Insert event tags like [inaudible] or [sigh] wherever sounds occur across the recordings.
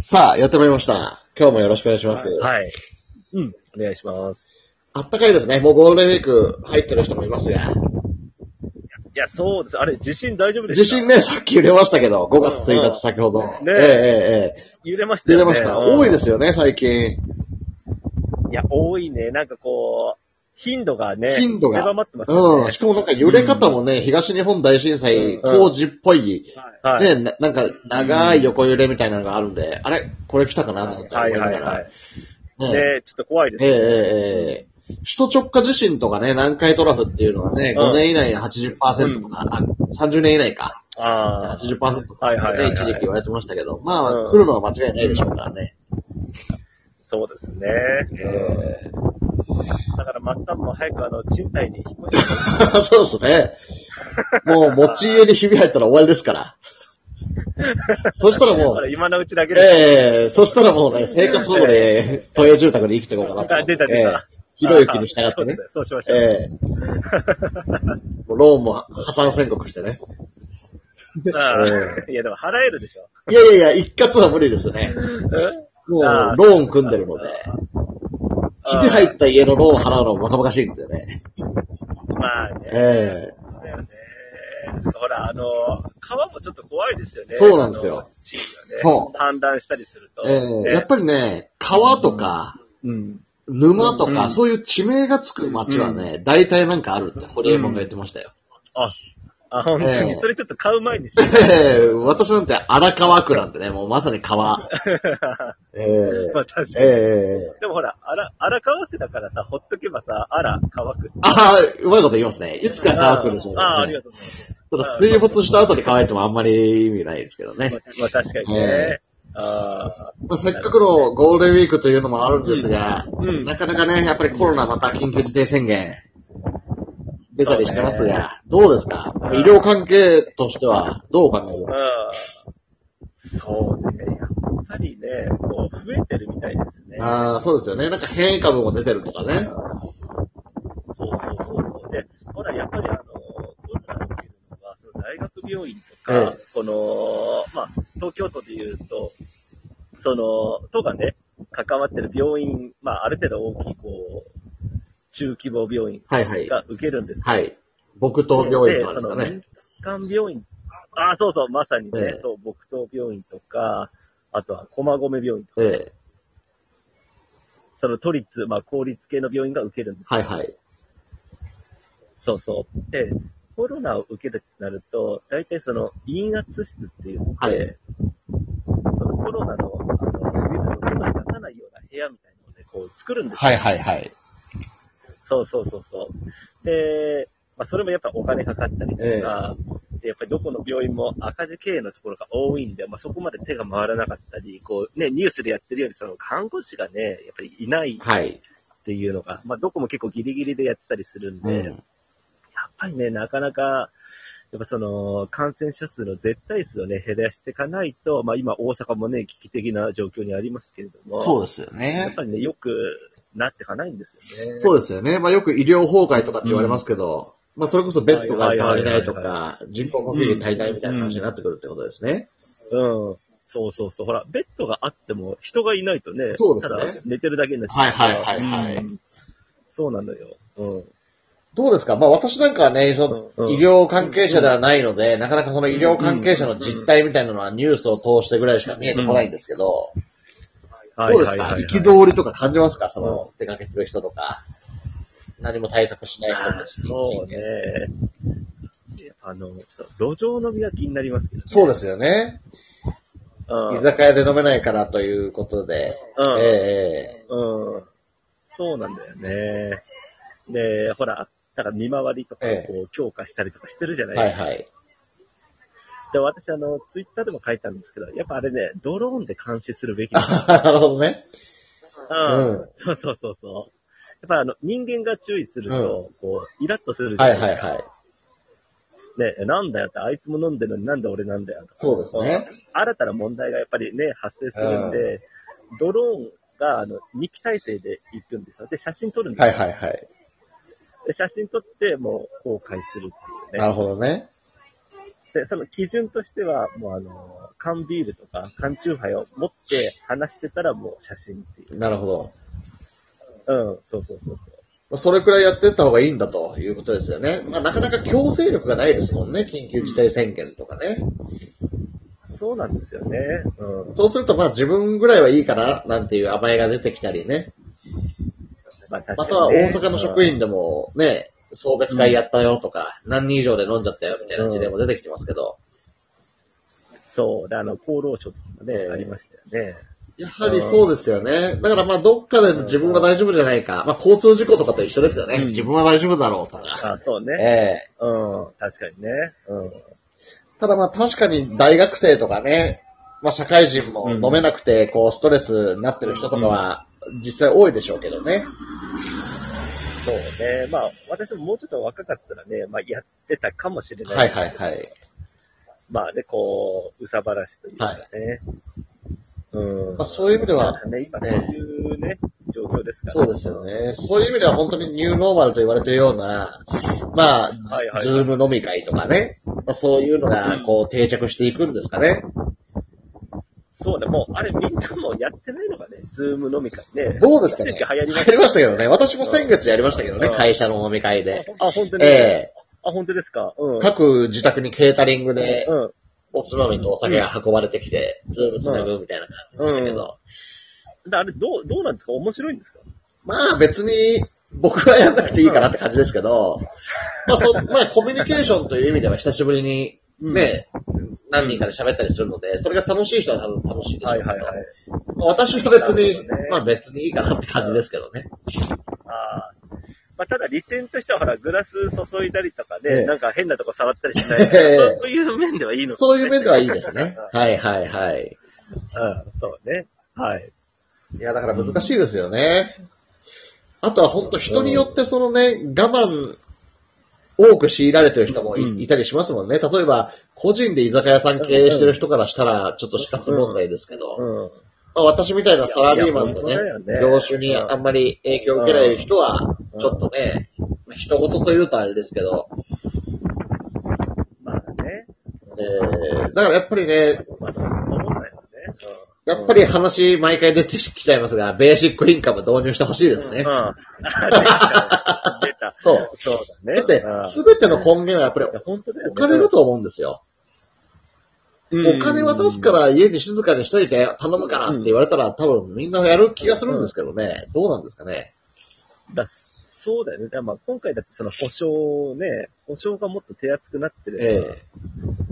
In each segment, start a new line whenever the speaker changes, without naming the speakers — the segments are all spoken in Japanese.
さあ、やってまいりました。今日もよろしくお願いします。
はい。うん、お願いします。
あったかいですね。もうゴールデンウィーク入ってる人もいますが。
いや、そうです。あれ、地震大丈夫ですか
地震ね、さっき揺れましたけど、5月1日先ほど。
ね
ええええええ
揺れました
揺
よ
れ
ね。。
ました。多いですすよね、最近。
いや、多いね。なんかこう、頻度がね、
頻度が
狭まってますよ
うん。
ね
し。かもなんか揺れ方もね、東日本大震災当時っぽい、
はい。
ね、ななんか長い横揺れみたいなのがあるんで、あれこれ来たかなと思って
は
思
い
いな
は
が
いは
ら
い。。
ね
ねちょっと怖いで
え
す
ええ
ね。
えええ首都直下地震とかね、南海トラフっていうのはね、
うん
5年以内に80%とか、あ30年以内か、
ああ。
80%と
はいは
か
いはいは
ね、
い
一時期言われてましたけど、まあ、
うん
来るのは間違いないでしょうからね。
そうですね。
え
だから、松さんも早くあの、賃貸に引っ越して、
え [laughs] そうですね。もう、持ち家でひび入ったら終わりですから。そしたらも
だか
う
[laughs] ら、今のうちだけで。
ええそしたらもうね、生活保護
[laughs]
で、都営住宅で生きていこうかなと。
あ出た出
え
た
えひろゆきに従ってね。
ああそうしました。
ええもうローンも破産宣告してね。
ああいや、でも払えるでしょ。
いやいやいや、一括は無理ですね。もう、
あー
ローン組んでるので。ひ
あー
び入った家のローン払うのもバカバカしいんでね。
まあね。
ええ
だよね。ほら、あの、川もちょっと怖いですよね。
そうなんですよ
あの。地域はね。
そう
氾濫したりすると。
ええやっぱりね、川とか、沼とか、
うん
そういう地名がつく街はね、大体なんかあるって、ホリエモンが言ってましたよ。
あ、本当
ええ
に。それちょっと買う前にし
ええ私なんて荒川区なんてね、もうまさに
[laughs]
川。ええ
まあ確かに。
ええ
でもほら、あら、荒川区だからさ、ほっとけばさ、あら、乾く。
ああ、うまいこと言いますね。いつか川来るでしょうね。
ああ、ありがとうございます。
ただ水没した後に乾いてもあんまり意味ないですけどね。
まあまあ確かに
え
ね。ああ、
まあ、せっかくのゴールデンウィークというのもあるんですが、
うん
なかなかね、やっぱりコロナまた緊急事態宣言出たりしてますが、どうですか
うん
医療関係としてはどうお考えですか
うん。そうね。やっぱりね、こう、増えてるみたいですね。
ああ、そうですよね。なんか変異株も出てるとかね。
そうそうそうそう。で、ほら、やっぱりあの、コロナっていうのは、その大学病院とか、
え
この、まあ、東京都で言うと、その、都がね、関わってる病院、まあ、ある程度大きい、こう、中規模病院
はいはい。
が受けるんですけ
はい。僕と
ど、
病院とかですか
でその
ね
民。間病院、ああ、そうそう、まさにね、
ええ
そう、木刀病院とか、あとは駒込病院とか、
ええ
その都立、まあ、公立系の病院が受けるんです
はいはい。
そうそう。で、コロナを受けるってなると、大体その陰圧室っていうので、
はい
そのコロナのあのウイルスを外に出さないような部屋みたいなのをね、こう作るんですよ。
はいはいはい。
そうそうそうそう。で、まあ、それもやっぱお金かかったりとか、でやっぱりどこの病院も赤字経営のところが多いんで、まあ、そこまで手が回らなかったり、こうね、ニュースでやってるより、その看護師がね、やっぱりいない
はい。
っていうのが、まあ、どこも結構ギリギリでやってたりするんで、
うん
やっぱりね、なかなか、やっぱその、感染者数の絶対数をね、減らしていかないと、まあ今大阪もね、危機的な状況にありますけれども、
そう
う
ですよ
やっ
ね。
ぱりね、よくなってかないんですよね。
そうですよね。まあよく医療崩壊とかって言われますけど、まあそれこそベッドが足りないと
はい
か、
はい
人口コンビニ足りないみたいな話になってくるってことですね。
うん。そうそうそう。ほら、ベッドがあっても人がいないとね、
そうですね
ただ寝てるだけになっちゃうから。
はいはいはいはい
うんそうなのよ。うん。
どうですかまあ私なんかはね、その、
うん
医療関係者ではないので、なかなかその医療関係者の実態みたいなのはニュースを通してぐらいしか見えてこないんですけど、どうですか憤、りとか感じますかその、出かけてる人とか。何も対策しない人たちに
そう
つい
ね
て。。
あの、路上飲みは気になりますけど、ね。。
そうですすよね。
うん。
居酒屋で飲めないからということで。
うん
ええ
うん。そうなんだよね。で、ほら、なんか見回りとか
ええ
こう強化したりとかしてるじゃない
は
で
い
すか。
はい。 [laughs]
で、私、あの、ツイッターでも書いたんですけど、やっぱあれね、ドローンで監視するべきだ。
なるほどね。
うん。
うん
そうそうそうそう。やっぱあの、人間が注意すると、こう、イラッとするじゃ
は
ない
い
ですか。
はいはい。
ね、なんだよって、あいつも飲んでるのになんで俺なんだよとか。
そうですね。
新たな問題がやっぱりね、発生するんで、ドローンが、あの、2機体制で行くんですよ。で、写真撮るんですよ。
はいはいはい。
で写真撮って、もう公開するっていうね。
なるほどね。
で、その基準としては、もうあの、缶ビールとか缶チューハイを持って話してたらもう写真っていう。
なるほど。
うん、そうそうそうそう。
まあそれくらいやってった方がいいんだということですよね。まあ、なかなか強制力がないですもんね。緊急事態宣言とかね。
そうなんですよね。うん。
そうすると、まあ自分ぐらいはいいかな、なんていう甘えが出てきたりね。
まあ確
ま
か
たは
にね、
大阪の職員でもね、送別会やったよとか、何人以上で飲んじゃったよみたいな事例も出てきてますけど、
うん。そう、であの、厚労省とかね、
ええ
ありましたよね。
やはりそうですよね。だからまあどっかで自分は大丈夫じゃないか。まあ交通事故とかと一緒ですよね。
うん
自分は大丈夫だろうとか。
あ、そうね。
ええ
うん、確かにね。うん。
ただまあ確かに大学生とかね、まあ社会人も飲めなくて、こうストレスになってる人とかは、実際多いでしょうけどね。
そうね。まあ、私ももうちょっと若かったらね、まあ、やってたかもしれない。
はいはいはい。
まあね、こう、うさばらしというかね。うん。
まあそういう意味では
なんかね、今そういうね、状況ですから
そうですよ。ね。そういう意味では本当にニューノーマルと言われてるような、まあ、
はいはい
ズーム飲み会とかね。まあ、そういうのが、こう、定着していくんですかね。
そうね、もう、あれみんなもうやってないのかね、ズーム飲み会ね。
どうですかね
一時期流行りま
や
した
りましたけどね。私も先月やりましたけどね
う、ん
会社の飲み会で。
あ、本当に、
ええ
あ、本当ですか。うん。
各自宅にケータリングで、
うん。
おつまみとお酒が運ばれてきて、ズームつなぐみたいな感じでしたけど。
であれ、どう、どうなんですか面白いんですか
まあ別に、僕はやんなくていいかなって感じですけど、まあそ、まあコミュニケーションという意味では久しぶりに
うん
ね、何人かで喋ったりするので、それが楽しい人は多分楽しいでしょう
は
け
い
ど、
はいはい。
まあ私は別に、
なるほどね
まあ別にいいかなって感じですけどね。
ああ。まあ、ただ利点としては、ほら、グラス注いだりとか
え
ね、
え
なんか変なとこ触ったりしないから、
[laughs] ええ
そういう面ではいいのかも
そう
し
いう
れな
面ではいいですね。はいはいはい。
[laughs] うん、そうね。はい。
いや、だから難しいですよね。あとは本当人によってそのね、我慢多く強いられてる人もい,、
うん
たりしますもんね。例えば、個人で居酒屋さん経営してる人からしたら、ちょっと死活問題ですけど、
うん。
まあ、私みたいなサラリーマンで
いや
ね、
本当だよね
業種にあんまり影響を受けない人は、
うん
ちょっとね、まあ人事というとあれですけど、
まあね。
えー、だからやっぱりね、
まあ、そうだよね。
やっぱり話毎回出てきちゃいますが、ベーシックインカム導入してほしいです
う
ね [laughs]
ん。。ああ出た。
そう。
そうだね。
だって
うん、
すべての根源はやっぱり
いや本当だよね
お金だと思うんですよ。
うん
お金渡すから家に静かにしといて頼むからって言われたら多分みんなやる気がするんですけどね。どうなんですかね。
そうだよね。だからまあ、今回だってその保証ね、保証がもっと手厚くなってるから、
え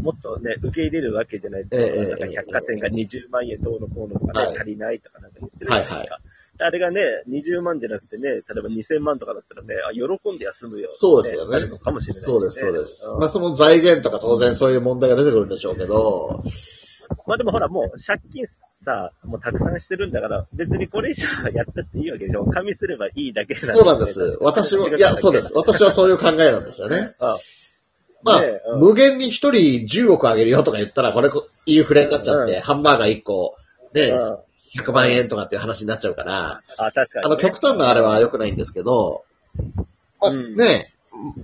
もっとね、受け入れるわけじゃないと、
えええええ
なんか百貨店が20万円どうのこうのとかね、
はい
足りないとかなんか言ってるじゃないですか。
はいは
あれがね、20万じゃなくてね、例えば2000万とかだったらね、あ喜んで休むよ、
そうですよね
なるのかもしれない、
そうです、そうです。
ん
まあその財源とか当然そういう問題が出てくるんでしょうけど、
まあでもほら、もう借金さ、もうたくさんしてるんだから、別にこれ以上はやったっていいわけでしょ。加味すればいいだけなん
そうなんです。私も、いや、そうで。す。私はそういう考えなんですよね。
あ
まあ
ねえう、ん
無限に一人10億あげるよとか言ったら、これインフレになっちゃって、ハンバーガー1個、ね、
うん
100万円とかっていう話になっちゃうから、
あ、確かに、ね。
あの、極端なあれは良くないんですけど、まあ
うん
ね、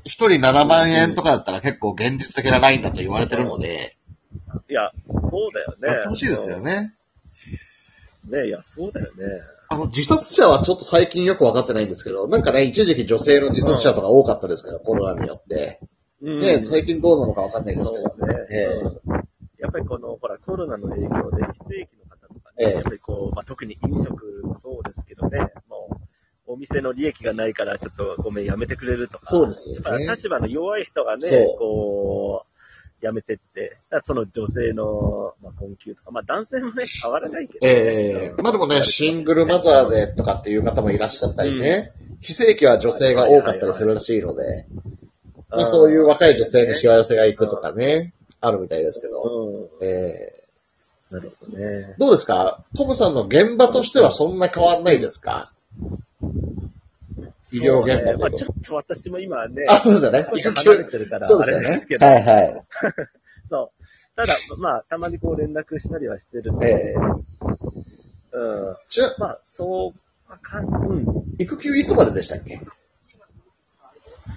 一人7万円とかだったら結構現実的なラインだと言われてるので、
いや、そうだよね。
やってほしいですよね。
うん。ねいや、そうだよね。
あの、自殺者はちょっと最近よくわかってないんですけど、なんかね、一時期女性の自殺者とか多かったですから、コロナによって。
うん
ね、最近どうなのかわかんないです
そ
け
う
ど。
ですね。
え
やっぱりこの、ほら、コロナの影響で、非正規の方とかね、
ええ
やっぱりこう、まあ、特に飲食もそうですけどね、もう、お店の利益がないから、ちょっとごめん、やめてくれるとか、
そうですよ
や
ね
っぱ立場の弱い人がね
そう、
こう、やめてって、だからその女性の、まあ、困窮とか、まあ、男性もね、変わらないけど、
ええまあでもね、シングルマザーでとかっていう方もいらっしゃったりね、非正規は女性が多かったりするらしいので、まあそういう若い女性にし
わ
わ寄せが行くとかね、あるみたいですけど。
うん。
ええ
なるほどね。
どうですかトムさんの現場としてはそんな変わんないですか医療現場
そうねまあ、ちょっと私も今ね、
あ、そうですよね。
少し離れてるから、
そう
あ
ですよ
れです
ね
け。ど、
はいはい。
そう。ただ、まあ、たまにこう連絡したりはしてるので、
ええ
うん。
ちな
まあ、そう、まあ、かん、うん。
育休いつまででしたっけ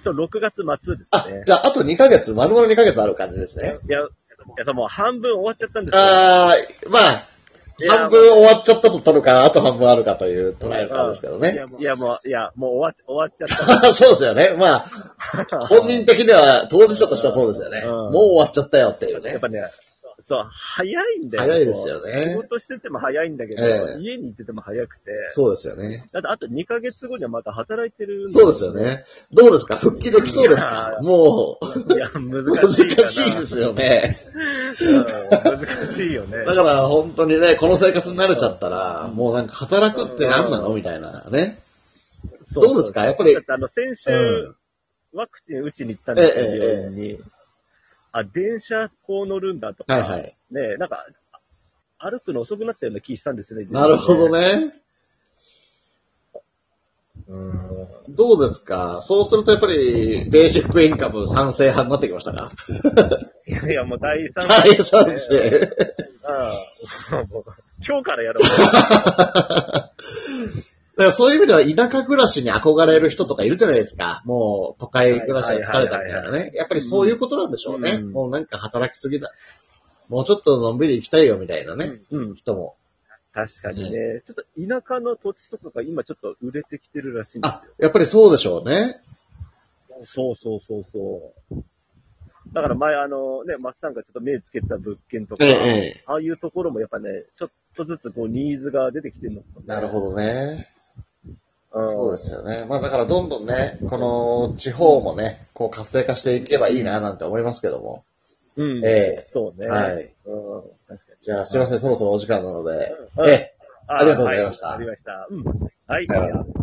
と6月末です
あ
ね、。
じゃあ、あと2ヶ月、丸々2ヶ月ある感じですね。
いや、いやそうもう半分終わっちゃったんですよ。
あー、まあ、
いや
半分終わっちゃったと取るか、あと半分あるかという捉え方ですけど
い
ね。
や、いやもう、いや、もう終わ終わっちゃっ
[laughs]
た。
そうですよね。まあ、 [laughs] 本人的には当事者としてはそうですよね。
うん
もう終わっちゃったよっていう
や
ね
っ。ぱね、そう、早いんだよ。
早いですよね
仕事してても早いんだけど、
ええ
家に行ってても早くて、
そうですよね。
だってあと2ヶ月後にはまた働いてるんだ
そうですよ。ね。どうですか復帰できそうですか
いや
もう、
いや、難
[laughs] 難
しいかな。
しいですよね。
うん難しいよね。
だから本当にね、この生活に慣れちゃったら、もうなんか働くって何なの
うん
みたいなね。
そそ
どうですかやっぱり
だってあの、先週、
うん
ワクチン打ちに行ったんですよ、
ええ
病院に。あ、電車こう乗るんだとか、
はいはい。
ねなんか、歩くの遅くなったような気したんですね、自分
な
で
るほど。ね。
うん
どうですかそうするとやっぱり、ベーシックインカム賛成派になってきましたか
いやいや、もう第3
大賛成。
うんもう今日からやろう。
だからそういう意味では田舎暮らしに憧れる人とかいるじゃないですか。もう都会暮らしが疲れたみたいなね。やっぱりそういうことなんでしょうね。
うん
もうなんか働きすぎだ。もうちょっとのんびり行きたいよみたいなね、
[laughs] うん、
人も。
確かにね。ちょっと田舎の土地とかが今ちょっと売れてきてるらしいんで
あ、やっぱりそうでしょうね。
すよ。そうそうそうそう。だから前あのね、松さんがちょっと目つけた物件とか、
ええ、ええ。
ああいうところもやっぱね、ちょっとずつこうニーズが出てきてるのかもね
なるほどね。
うん
そうですよね。まあだからどんどんね、この地方もね、こう活性化していけばいいななんて思いますけども。
うん。
え
そうね。
はい。
うん。確かに。
じゃあすいません、そろそろお時間なので。
うん
ええ、
あ
ありがとうございました
はありがとうございました。うん。はい。
さよなら